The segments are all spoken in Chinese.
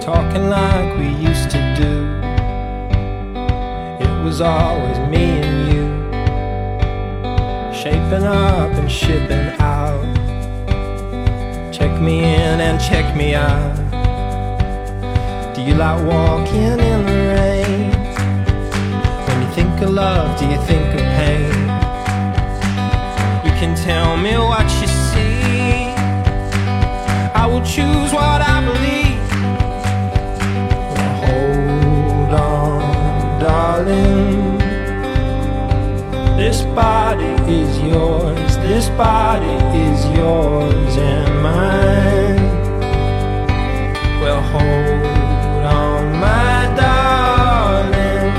talking like we used to do. It was always me and you, shaping up and shipping out. Check me in and check me out. Do you like walking in the rain? When you think of love, do you think of pain? You can tell me what you see. I will choose what I believe. Now hold on, darling. This body is yours. This body is yours and mine. Well, hold on, my darling.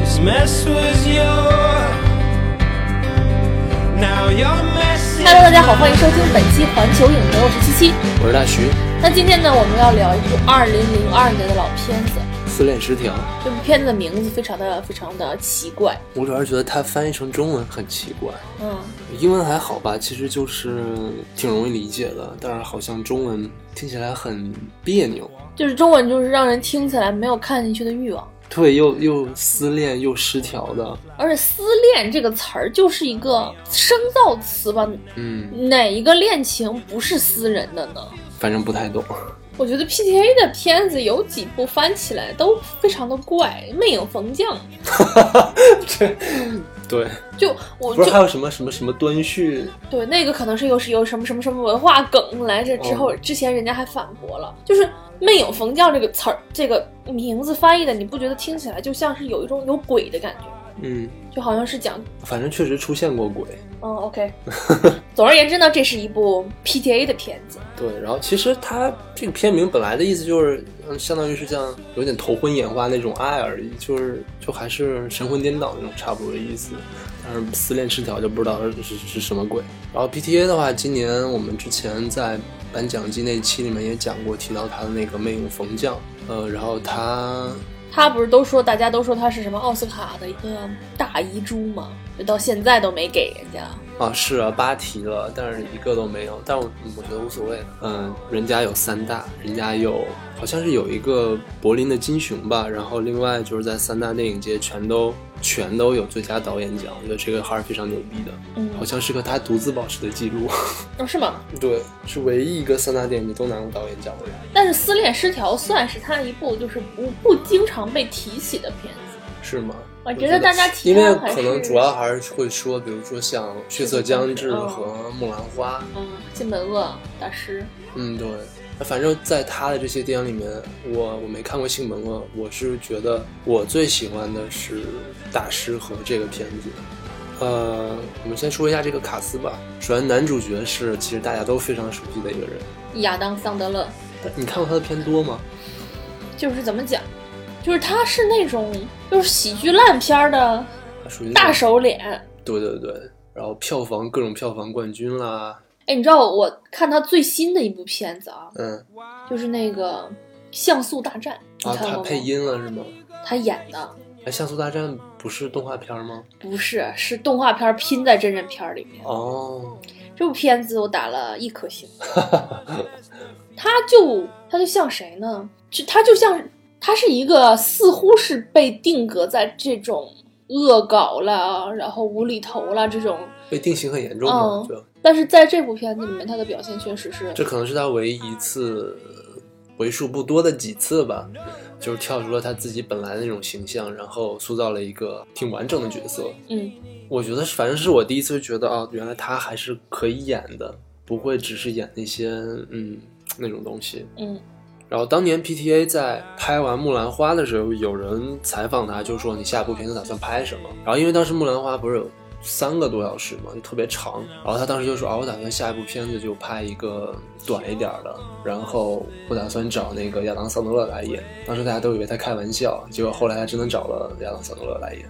This mess was yours. Now your mess is Hello，大家好，欢迎 mine. 收听本期环球影城，我是七七。我是大徐，那今天呢，我们要聊一部二零零二年的老片子。自恋失调。这部片子的名字非常的非常的奇怪，我主要是觉得它翻译成中文很奇怪，嗯，英文还好吧，其实就是挺容易理解的，但是好像中文听起来很别扭。就是中文就是让人听起来没有看进去的欲望，对，又又撕裂又失调的，而且“撕恋”这个词儿就是一个生造词吧？嗯，哪一个恋情不是私人的呢？反正不太懂。我觉得 PTA 的片子有几部翻起来都非常的怪，《魅影逢将》对，就我不就是还有什么什么什么端婿？对，那个可能是又是有什么什么什么文化梗来着，之后、哦之前人家还反驳了，就是“魅影逢将”这个词儿，这个名字翻译的，你不觉得听起来就像是有一种有鬼的感觉，嗯，就好像是讲，反正确实出现过鬼。嗯，OK。总 而言之呢，这是一部 PTA 的片子，对，然后其实它这个片名本来的意思就是，嗯，相当于是像有点头昏眼花那种爱而已，就是就还是神魂颠倒那种差不多的意思。但是撕恋失调就不知道是是是什么鬼。然后 PTA 的话，今年我们之前在颁奖季那期里面也讲过，提到他的那个《魅影逢将》，呃，然后他他不是都说大家都说他是什么奥斯卡的一个大遗珠吗？就到现在都没给人家。啊是啊八题了，但是一个都没有，但我我觉得无所谓的。嗯，人家有三大，人家有好像是有一个柏林的金熊吧，然后另外就是在三大电影节全都全都有最佳导演奖，我觉得这个还是非常牛逼的，嗯，好像是个他独自保持的记录。 哦是吗？对，是唯一一个三大电影节都拿过导演奖的人。但是《撕恋失调》算是他一部就是不不经常被提起的片子。是吗？我觉得大家提因为纲还可能是主要还是会说，比如说像《血色将至》和《木兰花》，嗯，金门鳄大师，嗯，对。反正，在他的这些电影里面，我我没看过《性门啊，我是觉得我最喜欢的是《大师》和这个片子。呃，我们先说一下这个卡斯吧。首先，男主角是其实大家都非常熟悉的一个人。亚当桑德勒，但你看过他的片多吗？就是怎么讲，就是他是那种就是喜剧烂片儿的他属于那种大。手脸。对对对，然后票房各种票房冠军啦，哎，你知道我看他最新的一部片子啊，嗯就是那个《像素大战》，啊，你看他过吗？配音了是吗？他演的哎，《像素大战》不是动画片吗？不是是动画片拼在真人片里面。哦，这部片子我打了一颗星，他就他就像谁呢？就他就像他是一个似乎是被定格在这种恶搞啦，然后无厘头啦这种，被定型很严重吗嗯？这但是在这部片子里面，他的表现确实是这可能是他唯一一次，为数不多的几次吧，就是跳出了他自己本来的那种形象，然后塑造了一个挺完整的角色。嗯，我觉得是反正是我第一次觉得啊，原来他还是可以演的，不会只是演那些嗯那种东西。嗯，然后当年 PTA 在拍完《木兰花》的时候，有人采访他，就说你下部片子打算拍什么？然后因为当时《木兰花》不是有三个多小时嘛，就特别长。然后他当时就说啊，我打算下一部片子就拍一个短一点儿的，然后我打算找那个亚当·桑德勒来演。当时大家都以为他开玩笑，结果后来他真的找了亚当·桑德勒来演。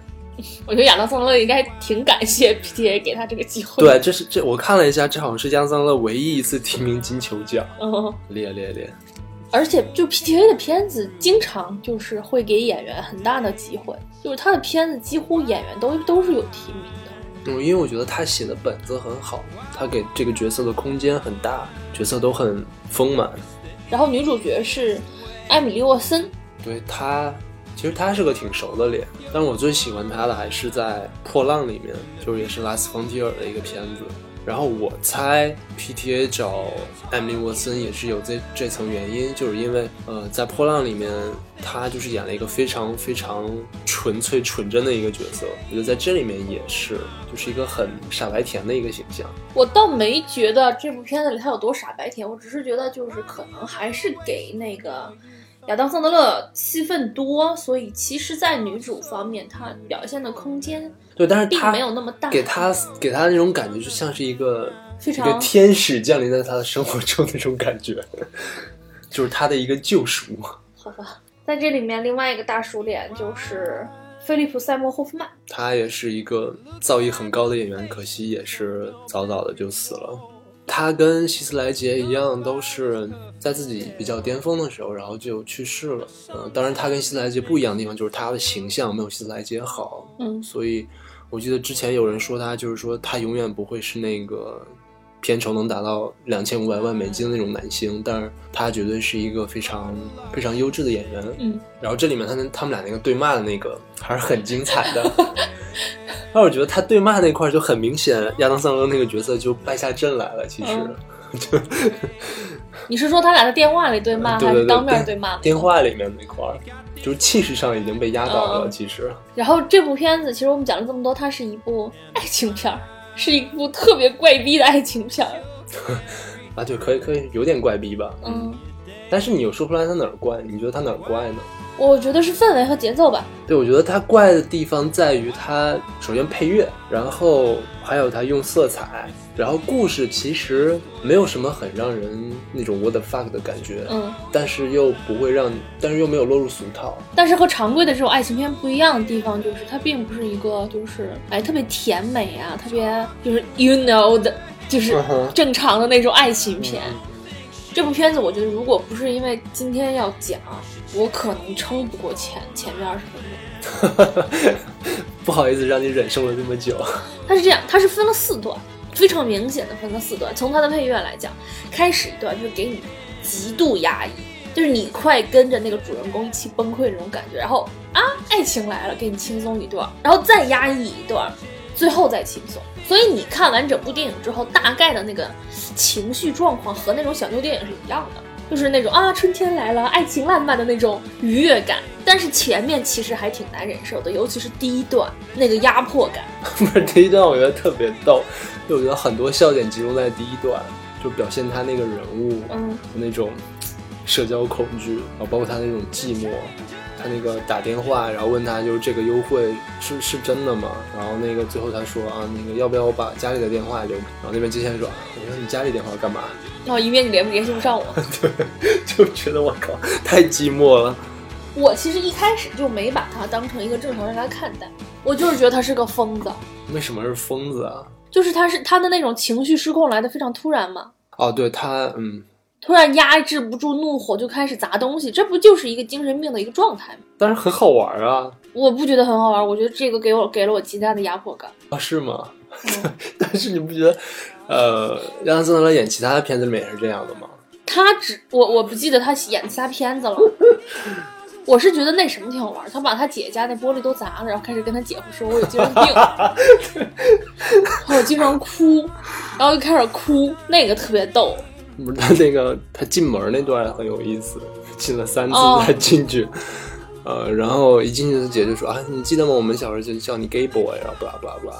我觉得亚当·桑德勒应该挺感谢 PTA 给他这个机会。，对，这是这我看了一下，这好像是亚当·桑德勒唯一一次提名金球奖，嗯，烈烈烈。而且就 PTA 的片子经常就是会给演员很大的机会，就是他的片子几乎演员都都是有提名的。嗯，因为我觉得他写的本子很好，他给这个角色的空间很大，角色都很丰满。然后女主角是艾米丽沃森，对他，其实他是个挺熟的脸，但我最喜欢他的还是在《破浪》里面，就是也是拉斯冯提尔的一个片子。然后我猜 PTA 找艾米丽·沃森也是有这这层原因，就是因为呃，在《破浪》里面，她就是演了一个非常非常纯粹纯真的一个角色。我觉得在这里面也是，就是一个很傻白甜的一个形象。我倒没觉得这部片子里他有多傻白甜，我只是觉得就是可能还是给那个亚当·桑德勒戏份多，所以其实，在女主方面，她表现的空间对，但是并她没有那么大，给她给她那种感觉，就像是一个啊非一个常天使降临在她的生活中那种感觉， 就是她的一个救赎。 好吧。在这里面，另外一个大熟脸就是菲利普·塞默·霍夫曼。他也是一个造诣很高的演员，可惜也是早早的就死了。他跟希斯莱杰一样，都是在自己比较巅峰的时候，然后就去世了。呃，当然他跟希斯莱杰不一样的地方就是他的形象没有希斯莱杰好，嗯，所以我记得之前有人说他，就是说他永远不会是那个片酬能达到两千五百万美金的那种男星，但是他绝对是一个非常非常优质的演员。嗯，然后这里面他们他们俩那个对骂的那个还是很精彩的。但我觉得他对骂那块儿就很明显，亚当·桑德勒那个角色就败下阵来了。其实，嗯你是说他俩在电话里对骂，呃对还对是对，当面对骂？电话里面那块儿，就是气势上已经被压倒了。嗯其实，然后这部片子，其实我们讲了这么多，它是一部爱情片儿，是一部特别怪逼的爱情片儿。啊，对，可以可以，有点怪逼吧？嗯，但是你又说不出来他哪儿怪，你觉得他哪儿怪呢？我觉得是氛围和节奏吧。对，我觉得他怪的地方在于他首先配乐，然后还有他用色彩，然后故事其实没有什么很让人那种 what the fuck 的感觉，嗯，但是又不会让，但是又没有落入俗套。但是和常规的这种爱情片不一样的地方，就是它并不是一个就是哎特别甜美啊，特别就是 you know 的，就是嗯哼正常的那种爱情片。嗯这部片子，我觉得如果不是因为今天要讲，我可能撑不过前前面二十分钟。嗯 不好意思，让你忍受了这么久。它是这样，它是分了四段，非常明显的分了四段。从它的配乐来讲，开始一段就是给你极度压抑，就是你快跟着那个主人公一起崩溃那种感觉，然后啊，爱情来了，给你轻松一段，然后再压抑一段，最后再轻松。所以你看完整部电影之后，大概的那个情绪状况和那种小妞电影是一样的。就是那种啊，春天来了，爱情烂漫的那种愉悦感，但是前面其实还挺难忍受的，尤其是第一段那个压迫感。不是第一段，我觉得特别逗，就我觉得很多笑点集中在第一段，就表现他那个人物，嗯，那种社交恐惧，然后包括他那种寂寞，他那个打电话，然后问他就是这个优惠是是真的吗？然后那个最后他说啊，那个要不要我把家里的电话留给？然后那边接线员说，啊我说你家里电话干嘛？ 然后以免你联联系不上我。就觉得我靠太寂寞了。我其实一开始就没把他当成一个正常人来看待，我就是觉得他是个疯子，为什么是疯子啊？就是他是他的那种情绪失控来的非常突然嘛，哦，对他，嗯，突然压制不住怒火就开始砸东西，这不就是一个精神病的一个状态吗？但是很好玩啊。我不觉得很好玩，我觉得这个给我给了我极大的压迫感。啊，是吗？ 嗯但是你不觉得，呃，亚当·桑德勒演其他的片子里面也是这样的吗？他只我我不记得他演其他片子了，我是觉得那什么挺好玩，他把他姐家那玻璃都砸了，然后开始跟他姐夫说：“我有精 神病。”然后我经常哭，然后就开始哭，那个特别逗。不是他 那个他进门那段很有意思，进了三次哦才进去。呃，然后一进去，姐就说啊，你记得吗？我们小时候就叫你 gay boy，然后啊不啦不啦不啦，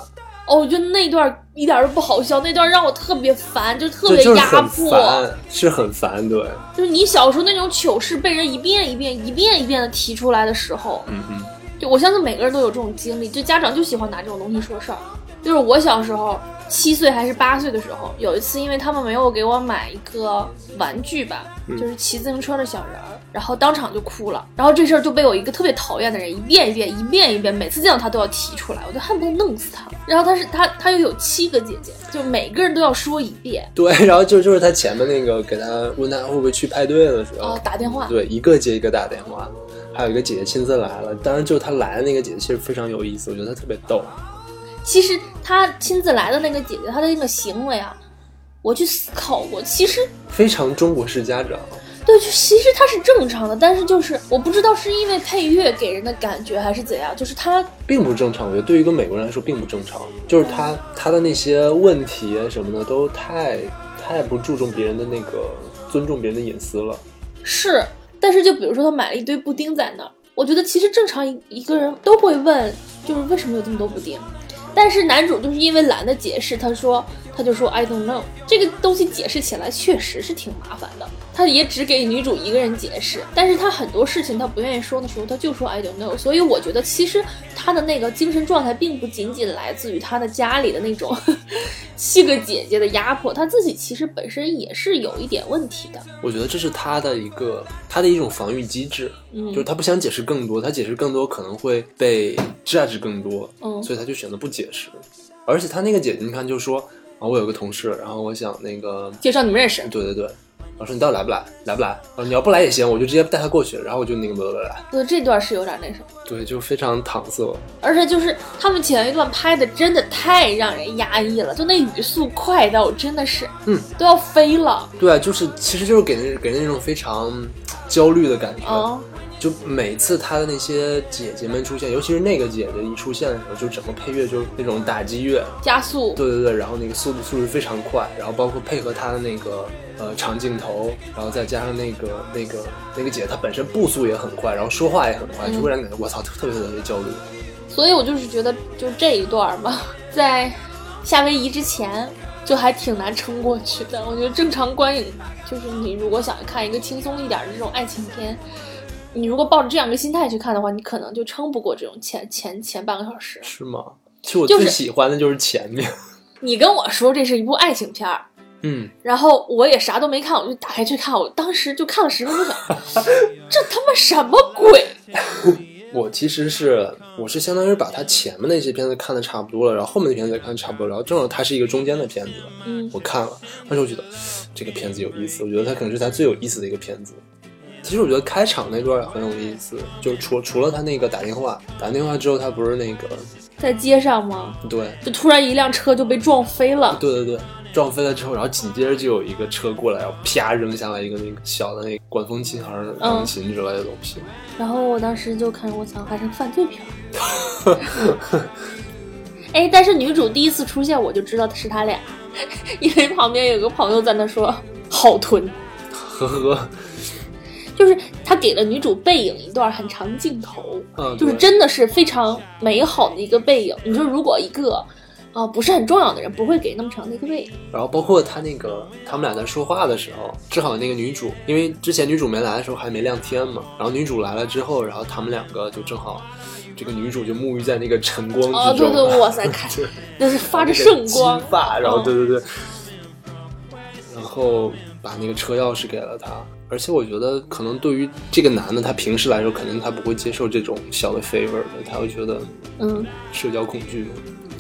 哦，我觉得那段一点都不好笑，那段让我特别烦，就特别就就是压很迫，烦，是很烦，对，就是你小时候那种糗事被人一遍一遍、一遍一遍的提出来的时候，嗯嗯，就我相信每个人都有这种经历，就家长就喜欢拿这种东西说事儿。就是我小时候七岁还是八岁的时候，有一次因为他们没有给我买一个玩具吧，嗯就是骑自行车的小人儿，然后当场就哭了。然后这事儿就被我一个特别讨厌的人一遍一遍、一遍一遍，每次见到他都要提出来，我就恨不得弄死他。然后他是他他又有七个姐姐，就每个人都要说一遍，对。然后就就是他前面那个给他问他会不会去派对的时候，哦，打电话，对，一个接一个打电话，还有一个姐姐亲自来了。当然，就他来的那个姐姐其实非常有意思，我觉得她特别逗。其实他亲自来的那个姐姐，她的那个行为啊，我去思考过，其实非常中国式家长，对，就其实它是正常的，但是就是我不知道是因为配乐给人的感觉还是怎样，就是它并不正常。我觉得对于一个美国人来说并不正常，就是嗯他他的那些问题啊什么的都太太不注重别人的那个尊重别人的隐私了。是，但是就比如说他买了一堆布丁在那儿，我觉得其实正常一一个人都会问，就是为什么有这么多布丁？但是男主就是因为懒得解释，他说他就说 I don't know，这个东西解释起来确实是挺麻烦的。他也只给女主一个人解释，但是他很多事情他不愿意说的时候，他就说 I don't know。所以我觉得其实他的那个精神状态并不仅仅来自于他的家里的那种七个姐姐的压迫，他自己其实本身也是有一点问题的。我觉得这是他的一个他的一种防御机制，嗯就是他不想解释更多，他解释更多可能会被 judge 更多，嗯所以他就选择不解释。而且他那个姐姐，你看就说啊，我有个同事，然后我想那个介绍你们认识，对对对，我说你到底来不来？来不来？啊，你要不来也行，我就直接带他过去，然后我就那个来来来，对这段是有点那什么。对，就非常搪塞。而且就是他们前一段拍的真的太让人压抑了，就那语速快到我真的是，嗯，都要飞了对，啊就是其实就是给人给人那种非常焦虑的感觉。啊、就每次他的那些姐姐们出现，尤其是那个姐姐一出现的时候，就整个配乐就是那种打击乐，加速，对对对，然后那个速度速度非常快，然后包括配合他的那个呃长镜头，然后再加上那个那个那个姐她本身步速也很快，然后说话也很快，嗯就会让你感觉我操特别特别焦虑。所以我就是觉得就这一段嘛，在夏威夷之前就还挺难撑过去的。我觉得正常观影，就是你如果想看一个轻松一点的这种爱情片，你如果抱着这样一个心态去看的话，你可能就撑不过这种前前前半个小时。是吗？其实我就最是喜欢的就是前面， 你跟我说这是一部爱情片儿，嗯，然后我也啥都没看，我就打开去看，我当时就看了十分钟，想这他妈什么鬼？我其实是我是相当于把他前面那些片子看的差不多了，然后后面的片子也看得差不多，然后正好它是一个中间的片子，嗯，我看了，但是我觉得这个片子有意思，我觉得它可能是它最有意思的一个片子。其实我觉得开场那段很有意思，就是除除了他那个打电话，打完电话之后他不是那个在街上吗？对就突然一辆车就被撞飞了，对对对撞飞了之后，然后紧接着就有一个车过来，然后啪扔下来一个那个小的那个管风琴还是钢琴之类的东西。然后我当时就看，我操，还是个犯罪片儿。哎，但是女主第一次出现，我就知道是他俩， 因为旁边有个朋友在那说“好臀呵呵，”，就是他给了女主背影一段很长镜头，嗯，就是对真的是非常美好的一个背影。你说如果一个啊、呃不是很重要的人，不会给那么长的一个背影，然后包括他那个他们俩在说话的时候，正好那个女主，因为之前女主没来的时候还没亮天嘛，然后女主来了之后，然后他们两个就正好，这个女主就沐浴在那个晨光哦，之对中，对，哇塞，看就是就是发着圣光金，发，然后嗯对对对，然后把那个车钥匙给了他。而且我觉得，可能对于这个男的，他平时来说，肯定他不会接受这种小的 favor 的，他会觉得嗯，社交恐惧嘛。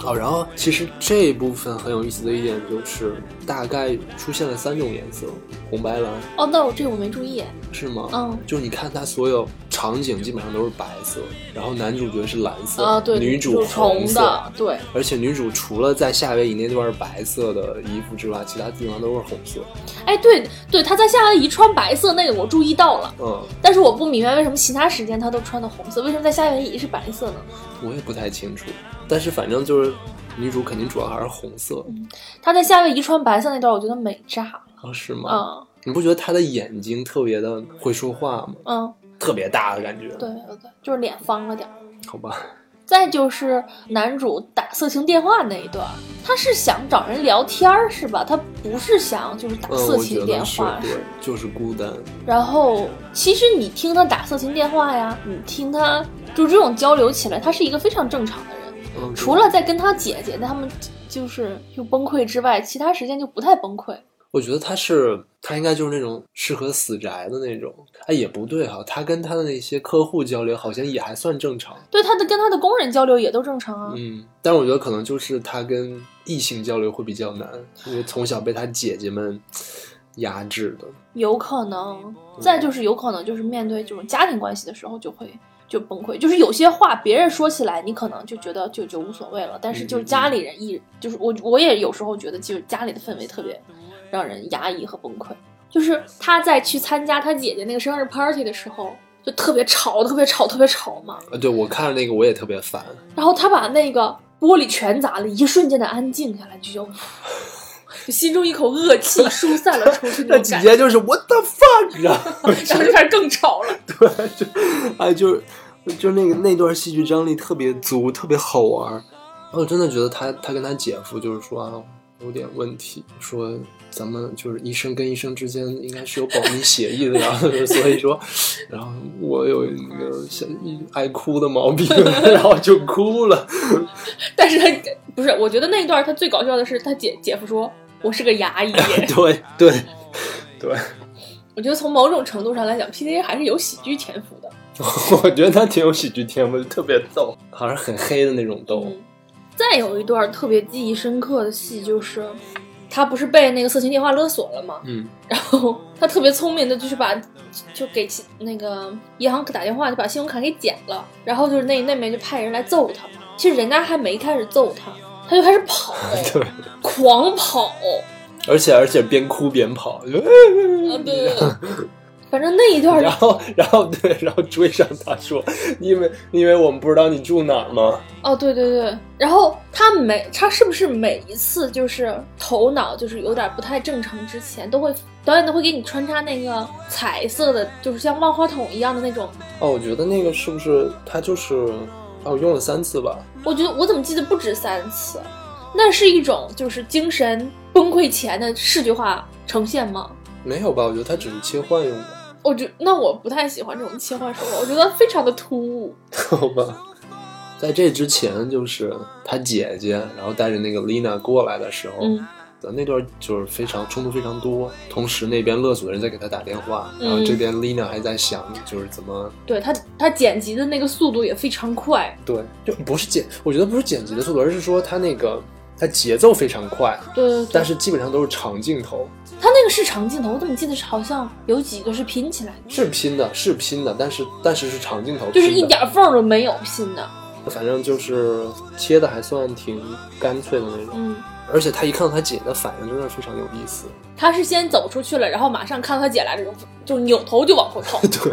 哦，然后其实这一部分很有意思的一点就是，大概出现了三种颜色，红、白、蓝，哦，那我这我没注意，是吗？嗯，就你看它所有场景基本上都是白色，然后男主角是蓝色，啊，对，女主红虫色，的，对，而且女主除了在夏威夷那段白色的衣服之外，其他地方都是红色。哎，对对，他在夏威夷穿白色那个我注意到了，嗯，但是我不明白为什么其他时间他都穿的红色，为什么在夏威夷是白色呢？我也不太清楚，但是反正就是女主肯定主要还是红色，他在夏威夷穿白色那段，我觉得美炸嗯啊是吗？了，你不觉得她的眼睛特别的会说话吗？嗯嗯，特别大的感觉。对对对，就是脸方了点儿。好吧。再就是男主打色情电话那一段，他是想找人聊天儿是吧？他不是想就是打嗯，色我觉情电得是话，对，就是孤单。然后，其实你听他打色情电话呀，你听他就这种交流起来，他是一个非常正常的人。嗯，除了在跟他姐姐他们就是就崩溃之外，其他时间就不太崩溃。我觉得他是他应该就是那种适合死宅的那种。哎，也不对哈、他跟他的那些客户交流好像也还算正常。对他的跟他的工人交流也都正常啊。嗯，但是我觉得可能就是他跟异性交流会比较难，因为从小被他姐姐们压制的。有可能，再就是有可能就是面对这种家庭关系的时候就会就崩溃，就是有些话别人说起来你可能就觉得就就无所谓了，但是就是家里人一就是我我也有时候觉得就是家里的氛围特别让人压抑和崩溃。就是他在去参加他姐姐那个生日 party 的时候，就特别吵，特别吵，特别吵嘛。啊，对我看着那个我也特别烦，然后他把那个玻璃全砸了，一瞬间的安静下来，就 就就心中一口恶 气疏散了出去那那种姐感觉，姐就是 what the fuck，然后然后就开始更吵了。哎，就是就那个那段戏剧张力特别足，特别好玩儿。我真的觉得他他跟他姐夫就是说啊，有点问题，说咱们就是医生跟医生之间应该是有保密协议的，然后 所以说，然后我有那个想爱哭的毛病， 然后就哭了。但是他不是，我觉得那一段他最搞笑的是他姐姐夫说：“我是个牙医。”对对 对，我觉得从某种程度上来讲，PTA 还是有喜剧潜伏的。我觉得他挺有喜剧天赋，特别逗，好像很黑的那种逗。嗯，再有一段特别记忆深刻的戏就是，他不是被那个色情电话勒索了吗？ 嗯然后他特别聪明的，就是把就给其那个银行打电话，就把信用卡给剪了。然后就是那那边就派人来揍他，其实人家还没开始揍他，他就开始跑， 对， 狂跑。而且而且边哭边跑，就呃，对对对，反正那一段然后，然后对，然后追上他说：“因为因为我们不知道你住哪儿吗哦，对对对，然后他每他是不是每一次就是头脑就是有点不太正常之前，都会导演都会给你穿插那个彩色的，就是像万花筒一样的那种。？”哦，我觉得那个是不是他就是哦用了三次吧？我觉得我怎么记得不止三次？那是一种就是精神崩溃前的视觉化呈现吗？没有吧？我觉得他只是切换用的， 我觉那我不太喜欢这种切换手法，我觉得非常的突兀。好吧？在这之前，就是他姐姐，然后带着那个丽娜过来的时候，嗯，那段就是非常冲突非常多。同时，那边勒索的人在给他打电话，然后嗯这边丽娜还在想，就是怎么对他他剪辑的那个速度也非常快，对，就不是剪，我觉得不是剪辑的速度，而是说他那个他节奏非常快。对对对但。是基本上都是长镜头，他那个是长镜头，我怎么记得是好像有几个是拼起来的？是拼的，是拼的，但是但是是长镜头拼就的，是一点缝儿都没有拼的。反正就是切的还算挺干脆的那种。嗯，而且他一看到他姐的反应，真的非常有意思。。他是先走出去了，然后马上看到他姐来了，就扭头就往回跑对，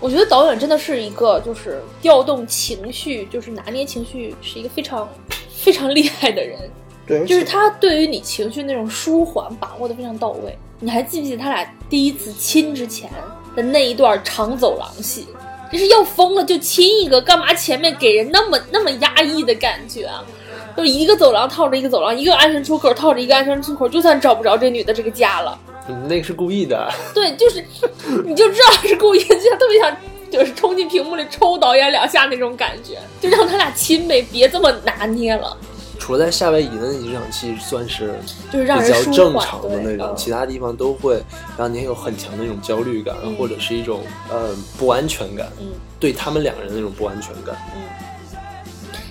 我觉得导演真的是一个，就是调动情绪，就是拿捏情绪，是一个非常非常厉害的人。对，就是他对于你情绪那种舒缓把握的非常到位。你还记不记得他俩第一次亲之前的那一段长走廊戏？就是要疯了就亲一个，干嘛前面给人那么那么压抑的感觉啊？就一个走廊套着一个走廊，一个安全出口套着一个安全出口，就算找不着这女的这个家了，嗯那个是故意的，对，就是你就知道是故意的，就像特别想就是冲进屏幕里抽导演两下那种感觉，就让他俩亲呗，别这么拿捏了，除了在夏威夷的那几场戏算是就是让比人较舒正缓常的对那种，嗯其他地方都会让你有很强的那种焦虑感，啊嗯或者是一种呃不安全感，嗯。对他们两个人的那种不安全感。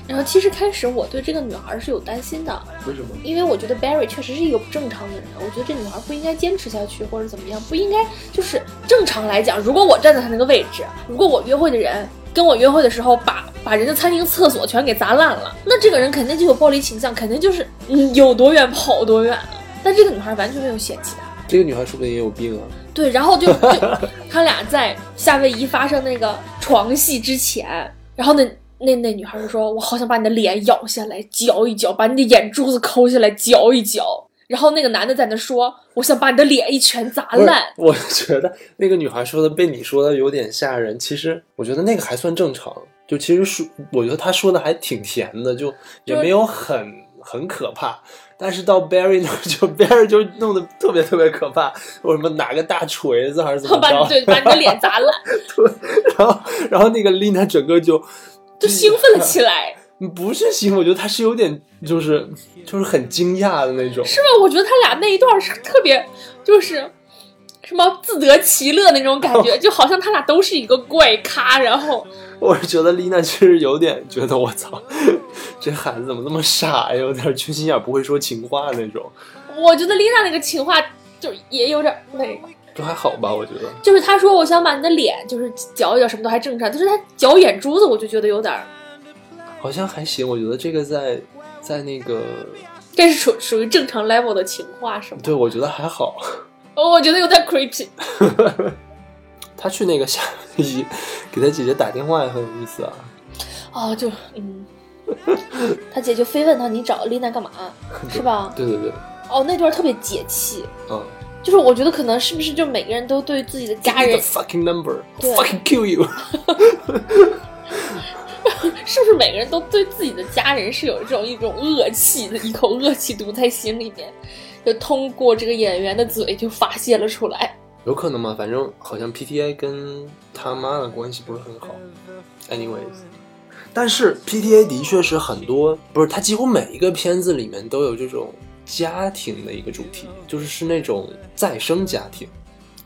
然后其实开始我对这个女孩是有担心的，为什么？因为我觉得 Barry 确实是一个不正常的人，我觉得这女孩不应该坚持下去或者怎么样，不应该就是正常来讲，如果我站在她那个位置，如果我约会的人跟我约会的时候把把人家餐厅厕所全给砸烂了，那这个人肯定就有暴力倾向，肯定就是嗯有多远跑多远了。但这个女孩完全没有嫌弃他，这个女孩说不定也有病啊。对，然后就就他俩在夏威夷发生那个床戏之前，然后那那那女孩就说：“我好想把你的脸咬下来嚼一嚼，把你的眼珠子抠下来嚼一嚼。”然后那个男的在那说：“我想把你的脸一拳砸不是烂。我觉得那个女孩说的被你说的有点吓人，其实我觉得那个还算正常，就其实说，我觉得她说的还挺甜的，就就也是没有很很可怕。但是到 Barry 那儿 就 Barry 就弄得特别特别可怕，我什么拿个大锤子还是”怎然后么 把你对着，把你的脸砸 烂，然后然后那个 Lina 整个就就兴奋了起来，不是兴奋，我觉得她是有点就是就是很惊讶的那种，是吧？我觉得他俩那一段是特别，就是什么自得其乐那种感 觉，就好像他俩都是一个怪咖，然后我是觉得丽娜确实有点觉得我操， 这孩子怎么那么傻呀，有点缺心眼儿，不会说情话那种。我觉得丽娜那个情话就也有点儿那个。这还好吧，我觉得。就是他说我想把你的脸就是嚼一嚼，什么都还正常，就是他嚼眼珠子，我就觉得有点儿，好像还行，我觉得这个在在那个，这是属属于正常 level 的情话，是吗？对我觉得还好。哦，我觉得有点 creepy。他去那个夏威夷给他姐姐打电话也很有意思啊。 哦，就 嗯，他姐就非问他你找丽娜干 嘛，是吧？对对对，哦，那段特别解气，嗯。就是我觉得可能是不是就每个人都对自己的家 Give me 人 the，fucking number, 对 fucking kill you 是不是每个人都对自己的家人是有这种一种恶气的，一口恶气堵在心里面，就通过这个演员的嘴就发泄了出来。有可能吗？反正好像 PTA 跟他妈的关系不是很好。Anyways，但是 PTA 的确是很多，不是他几乎每一个片子里面都有这种家庭的一个主题，就是是那种再生家庭。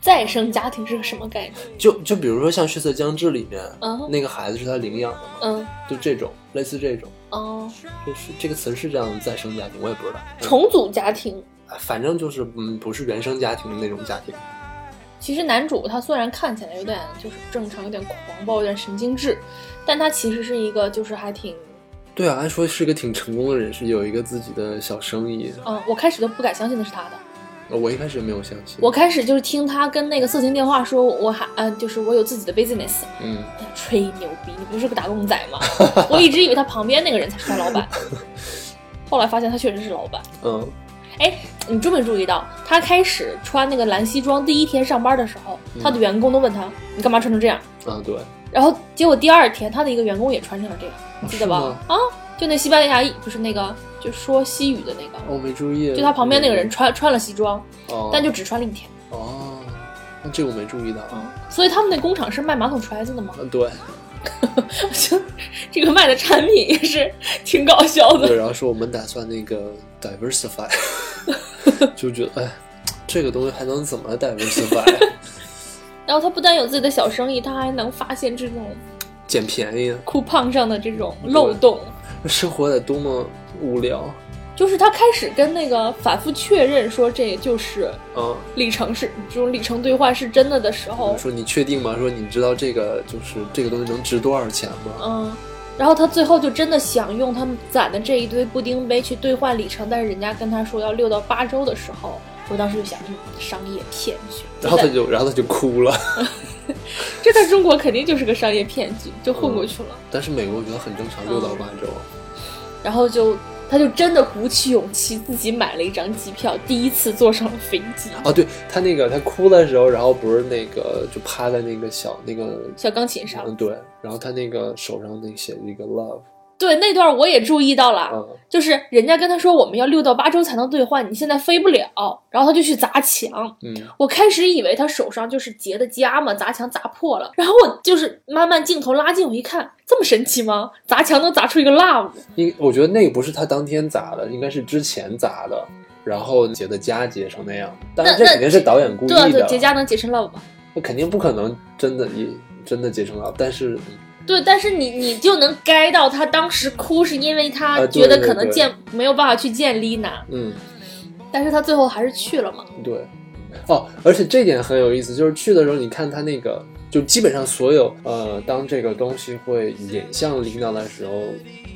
再生家庭是个什么概念？就就比如说像《血色将至》里面，嗯那个孩子是他领养的嘛，嗯就这种类似这种，哦，这是这个词是这样的再生家庭，我也不知道。重组家庭。反正就是嗯，不是原生家庭的那种家庭。其实男主他虽然看起来有点就是正常，有点狂暴，有点神经质，但他其实是一个就是还挺，对啊，按说是个挺成功的人士，有一个自己的小生意。嗯，我开始都不敢相信那是他的。哦我一开始没有相信，我开始就是听他跟那个色情电话说，我还嗯、就是我有自己的 business，嗯，吹牛逼，你不是个打工仔吗？我一直以为他旁边那个人才是他老板，后来发现他确实是老板。哎嗯，你注没注意到，他开始穿那个蓝西装第一天上班的时候，他的员工都问他你干嘛穿成这样？啊，对，然后结果第二天他的一个员工也穿成了这样，你记得哦是吧吗？啊，就那西班牙裔，不是那个就说西语的那个，哦我没注意。就他旁边那个人，穿穿了西装，哦，但就只穿了一天。嗯哦，那这个我没注意到。啊，嗯所以他们那工厂是卖马桶揣子的 吗？对，我觉得这个卖的产品也是挺搞笑的对，。然后说我们打算那个 diversify，就觉得哎，这个东西还能怎么 diversify？ 然后他不但有自己的小生意，他还能发现这种捡便宜，酷胖上的这种漏洞。生活得多么无聊。就是他开始跟那个反复确认说这就是嗯，里程是这种里程兑换是真的的时候我，说你确定吗？说你知道这个就是这个东西能值多少钱吗？嗯，然后他最后就真的想用他们攒的这一堆布丁杯去兑换里程，但是人家跟他说要六到八周的时候，我当时就想，嗯，商业骗局。然后他就，然后他就哭了。 这在中国肯定就是个商业骗局，就混过去了。但是美国我觉得很正常，嗯六到八周。然后就他就真的鼓起勇气自己买了一张机票，第一次坐上了飞机。哦，对他那个他哭的时候，然后不是那个就趴在那个小那个小钢琴上，嗯，对，然后他那个手上那写着一个 love，对那段我也注意到了，嗯，就是人家跟他说我们要六到八周才能兑换，你现在飞不了，然后他就去砸墙。嗯，我开始以为他手上就是结的痂嘛，砸墙砸破了，然后我就是慢慢镜头拉近，我一看，这么神奇吗？砸墙能砸出一个 love，应我觉得那个不是他当天砸的，应该是之前砸的，然后结的痂结成那样，但那是这那肯定是导演故意对啊对，的，结痂能结成 love 吗？那肯定不可能真的一真的结成 love，但是对，但是你你就能 get 到他当时哭是因为他啊对觉得对可能对见、没有办法去见丽娜，嗯，但是他最后还是去了嘛。对，哦，而且这点很有意思，就是去的时候，你看他那个，就基本上所有呃，当这个东西会引向琳娜的时候，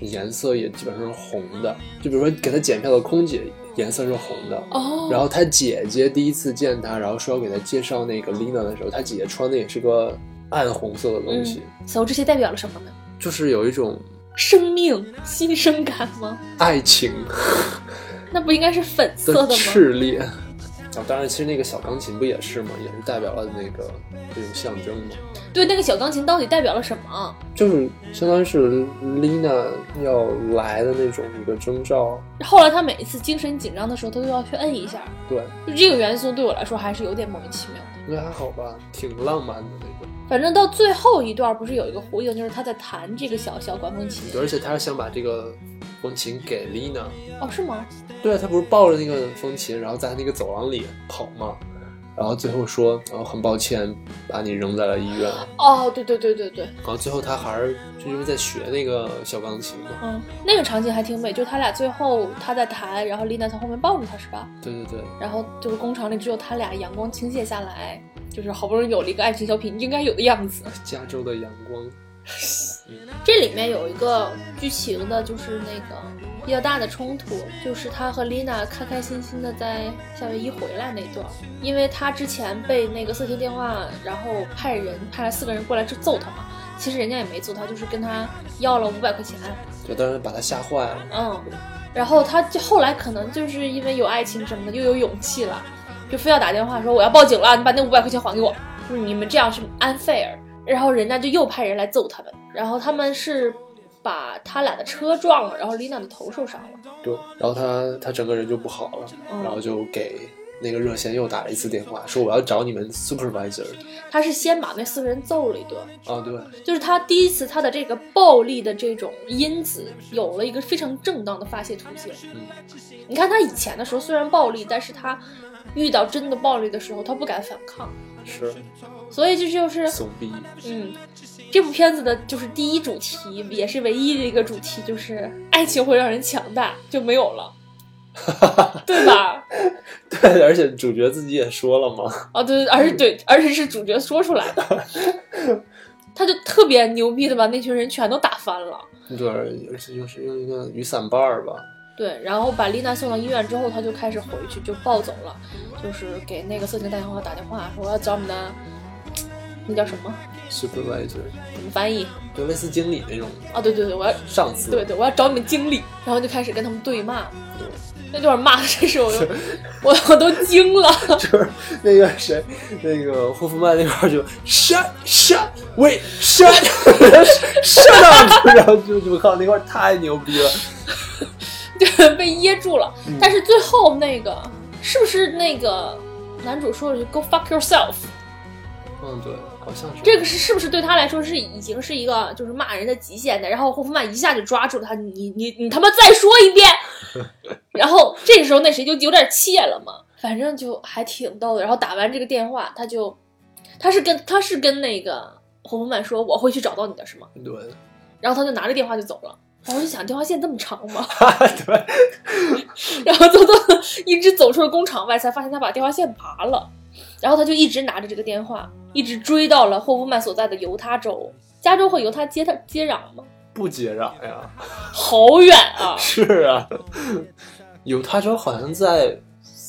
颜色也基本上是红的。就比如说给他检票的空姐，颜色是红的。哦，然后他姐姐第一次见他，然后说要给他介绍那个 Lina 的时候，他姐姐穿的也是个暗红色的东西，所以这些代表了什么呢？就是有一种生命新生感吗？爱情那不应该是粉色的的吗？炽烈。啊，当然，其实那个小钢琴不也是吗？也是代表了那个这种象征嘛。对，那个小钢琴到底代表了什么？就是相当于是 Lina 要来的那种一个征兆，后来他每一次精神紧张的时候，他都要去摁一下。对，就这个元素对我来说还是有点莫名其妙的。应该还好吧，挺浪漫的那种。反正到最后一段不是有一个呼应，就是他在弹这个小小管风琴。对，而且他是想把这个风琴给 Lina，哦，是吗？对啊，他不是抱着那个风琴，然后在那个走廊里跑嘛，然后最后说，然后很抱歉把你扔在了医院，哦，对对对对对，然后最后他还是就因为在学那个小钢琴嘛，嗯，那个场景还挺美，就他俩最后他在弹，然后丽娜从后面抱住他是吧？对对对，然后就是工厂里只有他俩，阳光倾泻下来，就是好不容易有了一个爱情小品应该有的样子。加州的阳光，这里面有一个剧情的，就是那个比较大的冲突，就是他和丽娜开开心心的在夏威夷回来那段儿，因为他之前被那个色情电话，然后派人派了四个人过来去揍他嘛，其实人家也没揍他，就是跟他要了五百块钱，对，当时把他吓坏了。嗯，然后他就后来可能就是因为有爱情什么的，又有勇气了，就非要打电话说我要报警了，你把那五百块钱还给我，就是你们这样是 unfair。然后人家就又派人来揍他们，然后他们是把他俩的车撞了，然后 Lina 的头受伤了。对，然后他他整个人就不好了，嗯然后就给那个热线又打了一次电话，说我要找你们 supervisor。他是先把那四个人揍了一顿，啊，对，就是他第一次他的这个暴力的这种因子有了一个非常正当的发泄途径。嗯，你看他以前的时候虽然暴力，但是他遇到真的暴力的时候，他不敢反抗，是所以这就是怂逼。嗯，这部片子的就是第一主题，也是唯一的一个主题，就是爱情会让人强大，就没有了，对吧？对，而且主角自己也说了嘛，哦，对，而且对，而且是主角说出来的，他就特别牛逼的把那群人全都打翻了。对，而且又是用一个雨伞把儿吧，对，然后把丽娜送到医院之后，他就开始回去，就暴走了，就是给那个色情大电话打电话，说我呃要找你的，那叫什么？ supervisor，怎么翻译？就类似经理那种啊、对对对，我要上司。对对，我要找你们经理，然后就开始跟他们对骂，那段骂的真是我都 我我都惊了， 就是 那个谁，那个霍夫曼那块儿就 shut shut wait shut shut up，然 后就就靠那块儿太牛逼了，就是被噎住了。但是最后那个是不是那个男主说了一句 “Go fuck yourself”？嗯，对，好像是这个是是不是对他来说是已经是一个就是骂人的极限的？然后霍夫曼一下就抓住了他，你你你他妈再说一遍！然后这时候那谁就有点怯了嘛，反正就还挺逗的。然后打完这个电话，他就他是跟他是跟那个霍夫曼说我会去找到你的，是吗？对， 然后他就拿着电话就走了。然后我就想，电话线这么长吗？对，然后走走走， 一直走出了工厂外，才发现他把电话线拔了。然后他就一直拿着这个电话，一直追到了霍夫曼所在的犹他州。加州和犹他接他接壤吗？不接壤呀，好远啊！是啊，犹他州好像在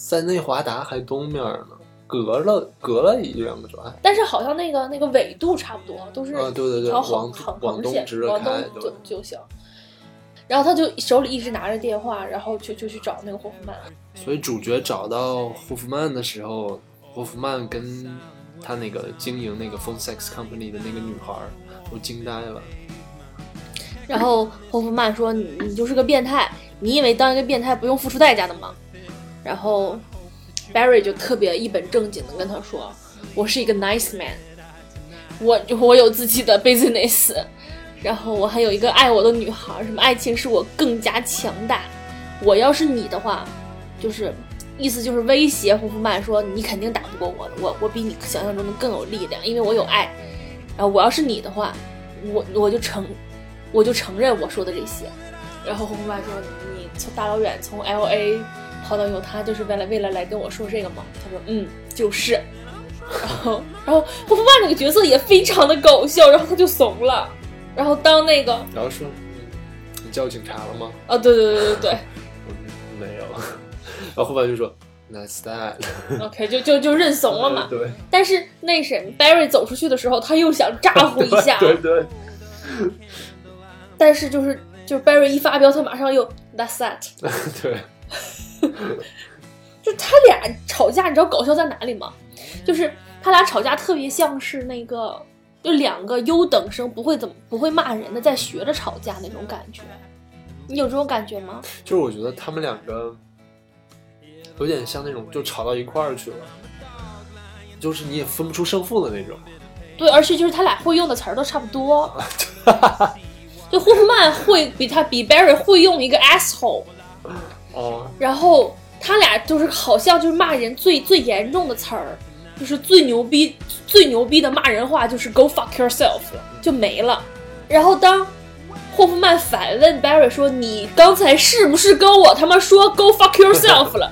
在内华达还东面呢，隔了隔了一两个州，哎但是好像那个那个纬度差不多，都是啊对对对条横往横往横东线直着往开东对就就行。然后他就手里一直拿着电话，然后就就去找那个霍夫曼。所以主角找到霍夫曼的时候，霍夫曼跟他那个经营那个 phone sex company 的那个女孩儿都惊呆了。然后霍夫曼说：“你你就是个变态，你以为当一个变态不用付出代价的吗？”然后 Barry 就特别一本正经的跟他说：“我是一个 nice man，我我有自己的 business，然 后我还有一个爱我的女孩，什么爱情使我更加强大。我要是你的话，就是意思就是威胁霍夫曼说你肯定打不过我的，我我比你想象中的更有力量，因为我有爱。然后我要是你的话，我我就承我就承认我说的这些。然后红爸说：“你从大老远从 L A 跑到犹他，就是为了为了来跟我说这个吗？”他说：“嗯，就是。” 然后，然后霍夫曼那个角色也非常的搞笑，然后他就怂了。然后当那个然后说：“你叫警察了吗啊，对对对对对？”我说没有。然后后面就说：“Nice that。 对，OK，就就就认怂了”嘛。对但是那谁 Barry 走出去的时候，他又想咋呼一下， 对对，但是就是就是 Barry 一发飙，他马上又 That's that，对，就他俩吵架，你知道搞笑在哪里吗？就是他俩吵架特别像是那个，就两个优等生不会怎么不会骂人的，在学着吵架那种感觉。你有这种感觉吗？就是我觉得他们两个有点像那种就吵到一块儿去了，就是你也分不出胜负的那种。对，而且就是他俩会用的词儿都差不多。就霍夫曼会比他比 Barry 会用一个 asshole，哦，然后他俩就是好像就是骂人最最严重的词儿，就是最牛逼最牛逼的骂人话就是 “go fuck yourself” 就没了。然后当霍夫曼反问 Barry 说：“你刚才是不是跟我他妈说 ‘go fuck yourself’ 了？”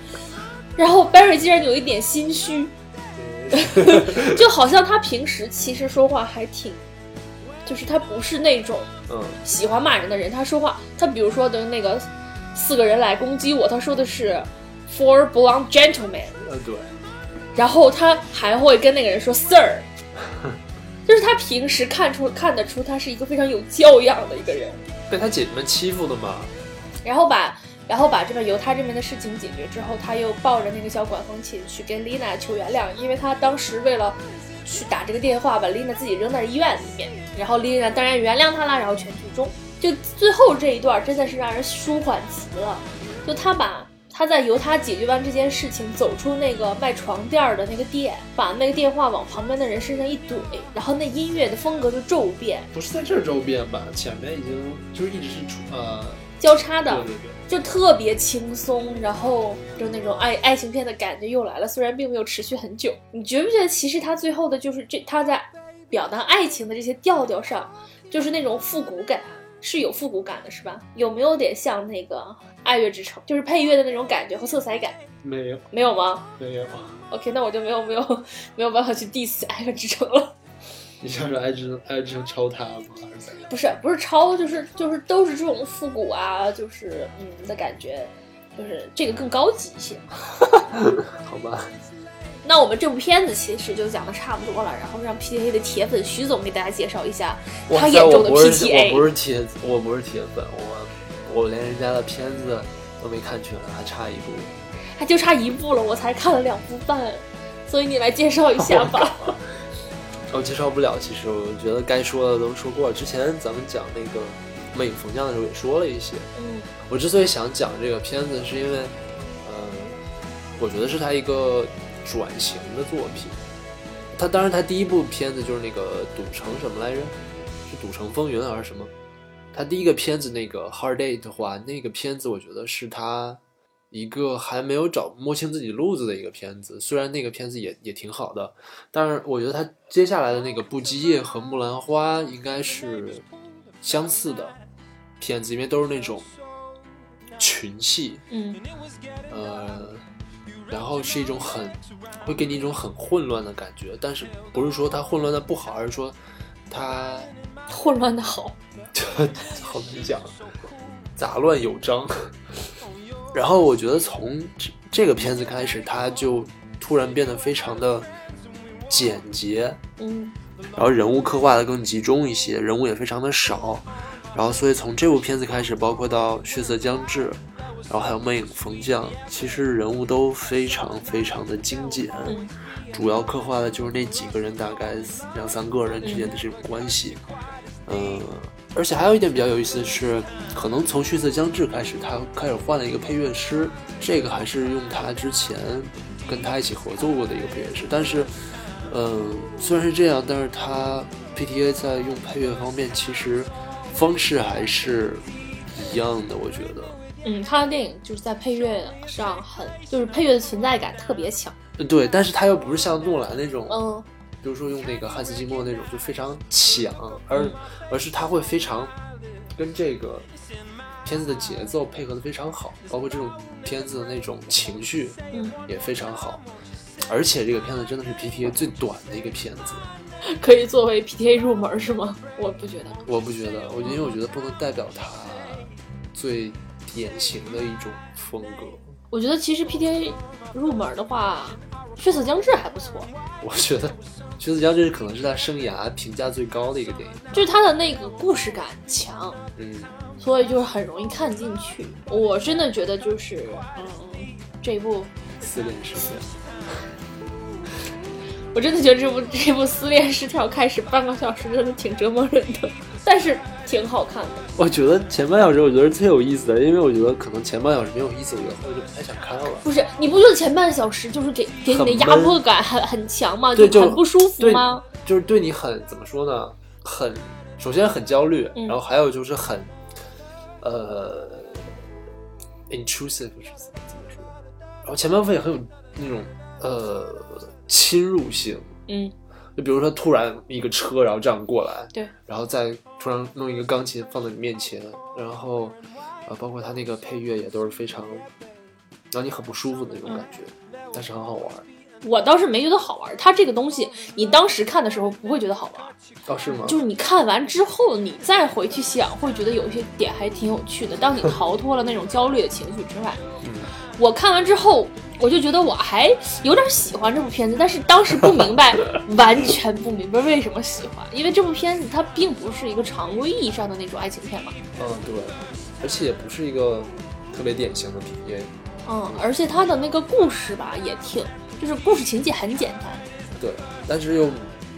然后 Barry 竟然有一点心 虚，就好像他平时其实说话还挺就是他不是那种嗯喜欢骂人的人，他说话，他比如说的那个四个人来攻击我，他说的是 four blonde gentlemen，呃对，然后他还会跟那个人说 sir，就是他平时看出看得出他是一个非常有教养的一个人，被他姐姐们欺负的嘛，然后把然后把这个犹他这边的事情解决之后，他又抱着那个小管风琴去跟丽娜求原谅，因为他当时为了去打这个电话，把丽娜自己扔在医院里面，然后丽娜当然原谅他了，然后全剧终。就最后这一段真的是让人舒缓极了，就他把他在犹他解决完这件事情，走出那个卖床垫儿的那个店，把那个电话往旁边的人身上一怼，然后那音乐的风格就骤变，不是在这儿周边吧？前面已经就是一直是出呃，交叉的。对对对，就特别轻松，然后就那种爱爱情片的感觉又来了，虽然并没有持续很久。你觉不觉得其实他最后的就是这他在表达爱情的这些调调上，就是那种复古感，是有复古感的，是吧？有没有点像那个《爱乐之城》，就是配乐的那种感觉和色彩感，没有没有吗没有， ？OK，那我就没有没有 没有办法去 diss《爱乐之城》了。你想说爱之爱之抽他吗？还是咋样？不是 不是超，就是就是都是这种复古啊，就是嗯的感觉，就是这个更高级一些。好吧，那我们这部片子其实就讲的差不多了，然后让 PTA 的铁粉徐总给大家介绍一下他哇塞眼中的我不是 PTA 我不是铁子我不是铁粉，我我连人家的片子都没看全，还差一部。还就差一部了，我才看了两部半，所以你来介绍一下吧。 我哦介绍不了，其实我觉得该说的都说过了。之前咱们讲那个《魅影逢将》的时候也说了一些。嗯我之所以想讲这个片子，是因为，呃，我觉得是他一个转型的作品。他当然，他第一部片子就是那个《赌城》什么来着？是《赌城风云》还是什么？他第一个片子那个《Hard Day》的话，那个片子我觉得是他一个还没有找摸清自己路子的一个片子。虽然那个片子也也挺好的，但是我觉得他接下来的那个《不羁夜》和《木兰花》应该是相似的片子，因为都是那种群戏，嗯呃，然后是一种很会给你一种很混乱的感觉，但是不是说它混乱的不好，而是说它 混乱的好，好难讲，杂乱有章。 然后我觉得从这这个片子开始，它就突然变得非常的简洁，嗯然后人物刻画的更集中一些，人物也非常的少，然后所以从这部片子开始，包括到《血色将至》，然后还有《魅影逢将》，其实人物都非常非常的精简，嗯主要刻画的就是那几个人，大概两三个人之间的这种关系。嗯，而且还有一点比较有意思的是，可能从《血色将至》开始，他开始换了一个配乐师，这个还是用他之前跟他一起合作过的一个配乐师。但是，嗯，虽然是这样，但是他 PTA 在用配乐方面其实方式还是一样的，我觉得。嗯，他的电影就是在配乐上很，就是配乐的存在感特别强。嗯对，但是他又不是像诺兰那种，嗯 比如说用那个汉斯季默那种就非常抢，而嗯而是他会非常跟这个片子的节奏配合的非常好，包括这种片子的那种情绪嗯，也非常好。而且这个片子真的是 PTA 最短的一个片子，可以作为 PTA 入门是吗？我不觉得。我不觉得，我因为我觉得不能代表它最典型的一种风格。我觉得其实 PTA 入门的话，《血色将至》还不错，我觉得《徐子江》这可能是他生涯评价最高的一个电影。就是他的那个故事感强，嗯，所以就是很容易看进去。我真的觉得就是，嗯，这一部，撕裂生涯。我真的觉得这部 这部《撕裂失调》开始半个小时真的挺折磨人的，但是挺好看的。我觉得前半小时我觉得是最有意思的，因为我觉得可能前半小时没有意思，我以后就不太想看了。不是，你不觉得前半小时就是给给你的很压闷迫感很很强吗？对就很不舒服对吗？就是对你很怎么说呢？很首先很焦虑，嗯然后还有就是很呃 intrusive 是怎么说？然后前半部分也很有那种呃侵入性，嗯，就比如说突然一个车然后这样过来，对，然后再突然弄一个钢琴放在你面前，然后呃，包括他嗯那个配乐也都是非常让你很不舒服的那种感觉，但是很好玩儿。我倒是没觉得好玩儿。它这个东西，你当时看的时候不会觉得好玩儿，哦，是吗？就是你看完之后，你再回去想，会觉得有一些点还挺有趣的。当你逃脱了那种焦虑的情绪之外，我看完之后，我就觉得我还有点喜欢这部片子，但是当时不明白，完全不明白为什么喜欢，因为这部片子它并不是一个常规意义上的那种爱情片嘛。嗯，对，而且也不是一个特别典型的 PTA，嗯，而且它的那个故事吧，也挺，就是故事情节很简单。对，但是又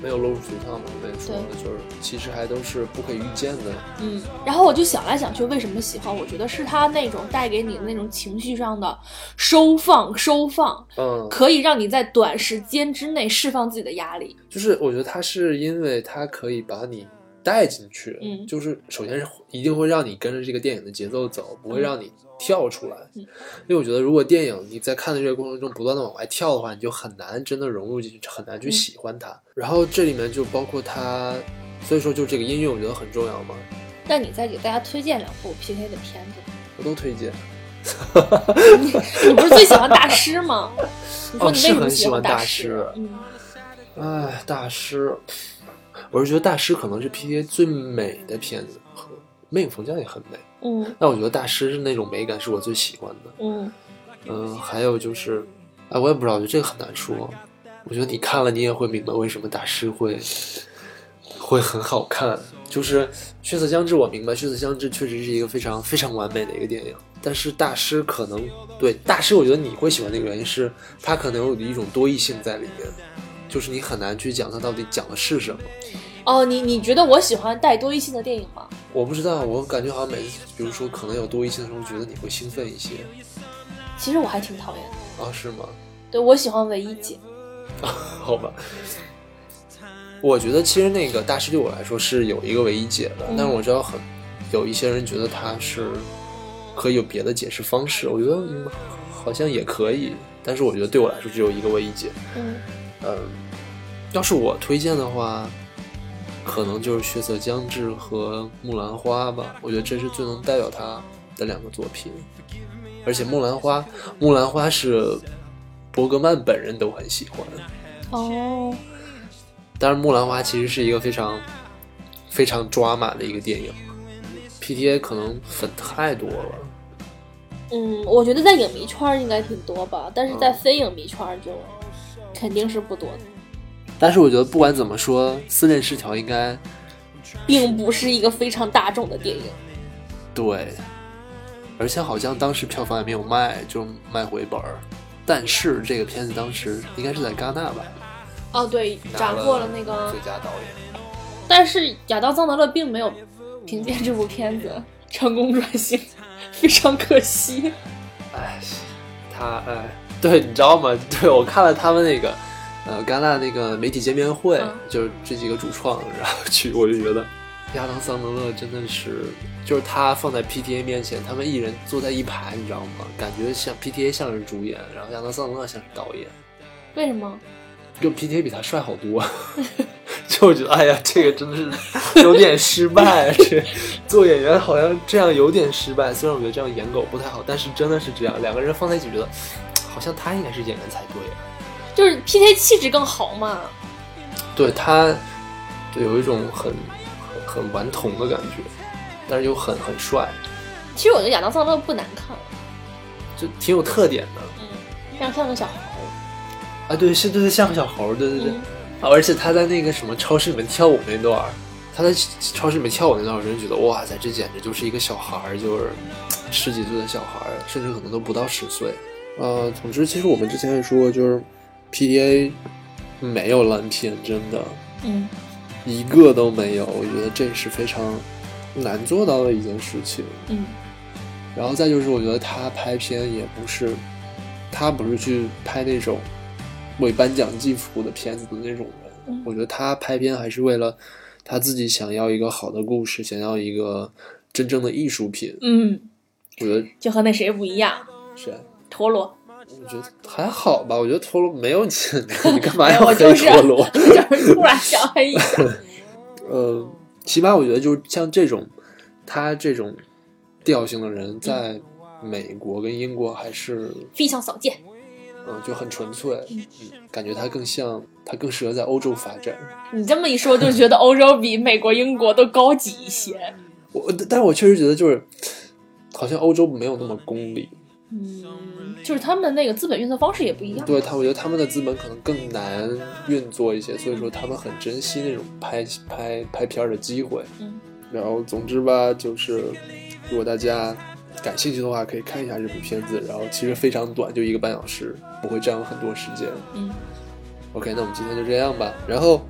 没有落入俗套嘛，我也说了，对就是其实还都是不可预见的，嗯，然后我就想来想去，为什么喜欢？我觉得是他那种带给你的那种情绪上的收放，收放，嗯，可以让你在短时间之内释放自己的压力。就是我觉得它是因为它可以把你带进去，嗯就是首先是一定会让你跟着这个电影的节奏走，不会让你跳出来，嗯因为我觉得如果电影你在看的这个过程中不断的往外跳的话，你就很难真的融入进去，很难去嗯喜欢它。然后这里面就包括它，所以说就这个音乐我觉得很重要嘛，那你再给大家推荐两部 PK 的片子，我都推荐。你不是最喜欢大师吗？你说你为什哦是么很喜欢欢大师师？嗯，哎，大师，我是觉得大师可能是 PTA 最美的片子，和《魅影逢将》也很美。嗯但我觉得大师是那种美感是我最喜欢的。嗯嗯，还有就是，哎，我也不知道，我觉得这个很难说。我觉得你看了，你也会明白为什么大师会会很好看。就是《血色将至》，我明白《血色将至》确实是一个非常非常完美的一个电影，但是大师可能对大师，我觉得你会喜欢的一个原因是，它可能有一种多义性在里面，就是你很难去讲它到底讲的是什么。哦，你你觉得我喜欢带多义性的电影吗？我不知道，我感觉好像每次，比如说可能有多义性的时候，觉得你会兴奋一些其实我还挺讨厌的。啊，是吗？对我喜欢唯一姐，好吧。我觉得其实那个大师对我来说是有一个唯一解的，嗯但是我知道很有一些人觉得他是可以有别的解释方式，我觉得、嗯、好像也可以，但是我觉得对我来说只有一个唯一解。嗯嗯，要是我推荐的话，可能就是《血色将至》和《木兰花》吧。我觉得这是最能代表他的两个作品，而且《木兰花》，《木兰花》是伯格曼本人都很喜欢。哦，但是《木兰花》其实是一个非常非常抓马的一个电影，PTA 可能粉太多了。嗯，我觉得在影迷圈儿应该挺多吧，但是在嗯非影迷圈儿就肯定是不多的，但是我觉得不管怎么说，《撕裂失调》应该并不是一个非常大众的电影。对，而且好像当时票房也没有卖，就卖回本儿。但是这个片子当时应该是在戛纳吧，哦，对，拿斩获了那个最，佳导演。但是亚当·桑德勒并没有凭借这部片子成功转型，非常可惜。哎，他哎， 对，你知道吗？ 对我看了他们那个。呃，戛纳那个媒体见面会，嗯就是这几个主创，然后去， 我就觉得亚当桑德勒真的是，就是他放在 PTA 面前，他们一人坐在一排，你知道吗？感觉像 PTA 像是主演，然后亚当桑德勒像是导演，为什么？就 PTA 比他帅好多， 就我觉得哎呀，这个真的是有点失败，啊这做演员好像这样有点失败。虽然我觉得这样演狗不太好，但是真的是这样，两个人放在一起觉得好像他应该是演员才对。啊就是 PK 气质更好嘛。对他，对有一种很很很顽童的感觉，但是又很很帅，其实我觉得亚当·桑德勒不难看，就挺有特点的。嗯，像像个小孩儿。啊，对，是，对对，像个小猴儿，对对对、嗯啊而且他在那个什么超市里面跳舞那段儿，他在超市里面跳舞那段儿，我真觉得哇塞，这简直就是一个小孩儿，就是嘖十几岁的小孩儿，甚至可能都不到十岁。呃，总之，其实我们之前也说过，就是 PDA 没有烂片，真的嗯，一个都没有。我觉得这是非常难做到的一件事情。嗯然后再就是，我觉得他拍片也不是，他不是去拍那种为颁奖季服务的片子的那种人。嗯我觉得他拍片还是为了他自己想要一个好的故事，想要一个真正的艺术品。嗯，我觉得就和那谁不一样，是，啊陀螺。 我觉得还好吧。我觉得陀螺没有你， 你干嘛要我黑就是陀螺？就是突然想黑一 下。呃，起码我觉得就是像这种他这种调性的人，在美国跟英国还是非常少见。嗯，就很纯粹，嗯，感觉它更像，它更适合在欧洲发展。你这么一说，就觉得欧洲比美国、英国都高级一些。我，但是我确实觉得就是，好像欧洲没有那么功利，嗯，就是他们那个资本运作方式也不一样。对他，我觉得他们的资本可能更难运作一些，所以说他们很珍惜那种拍拍拍片儿的机会。嗯，然后总之吧，就是如果大家感兴趣的话，可以看一下这部片子。然后其实非常短，就一个半小时，不会占用很多时间。嗯 OK，那我们今天就这样吧。然后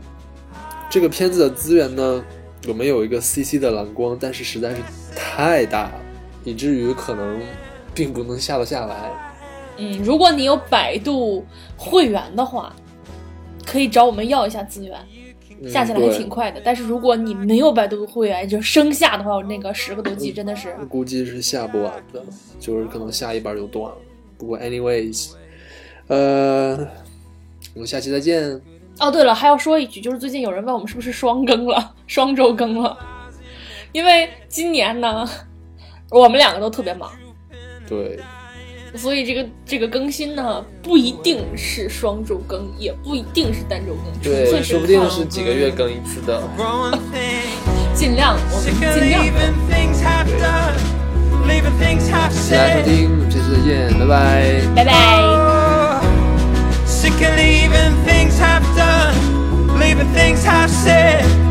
这个片子的资源呢，我们有一个 CC 的蓝光，但是实在是太大了，以至于可能并不能下得下来。嗯，如果你有百度会员的话，可以找我们要一下资源，嗯下起来还对挺快的。但是如果你没有百度会员，就生下的话，那个十个多 G 真的是，估计是下不完的，就是可能下一半就断了。不过，anyways，呃，我们下期再见。哦，对了，还要说一句，就是最近有人问我们是不是双更了，双周更了，因为今年呢， 我们两个都特别忙，对，所以这个这个更新呢，不一定是双周更，也不一定是单周更，纯粹对，是说不定是几个月更一次的。 growing things. 尽量我们 Sick of 尽量更 leaving things half done, leaving things half 谢谢大家收 said. 听，我们下期再见，拜拜。拜拜。 Sick of leaving things half done, leaving things half said. Oh,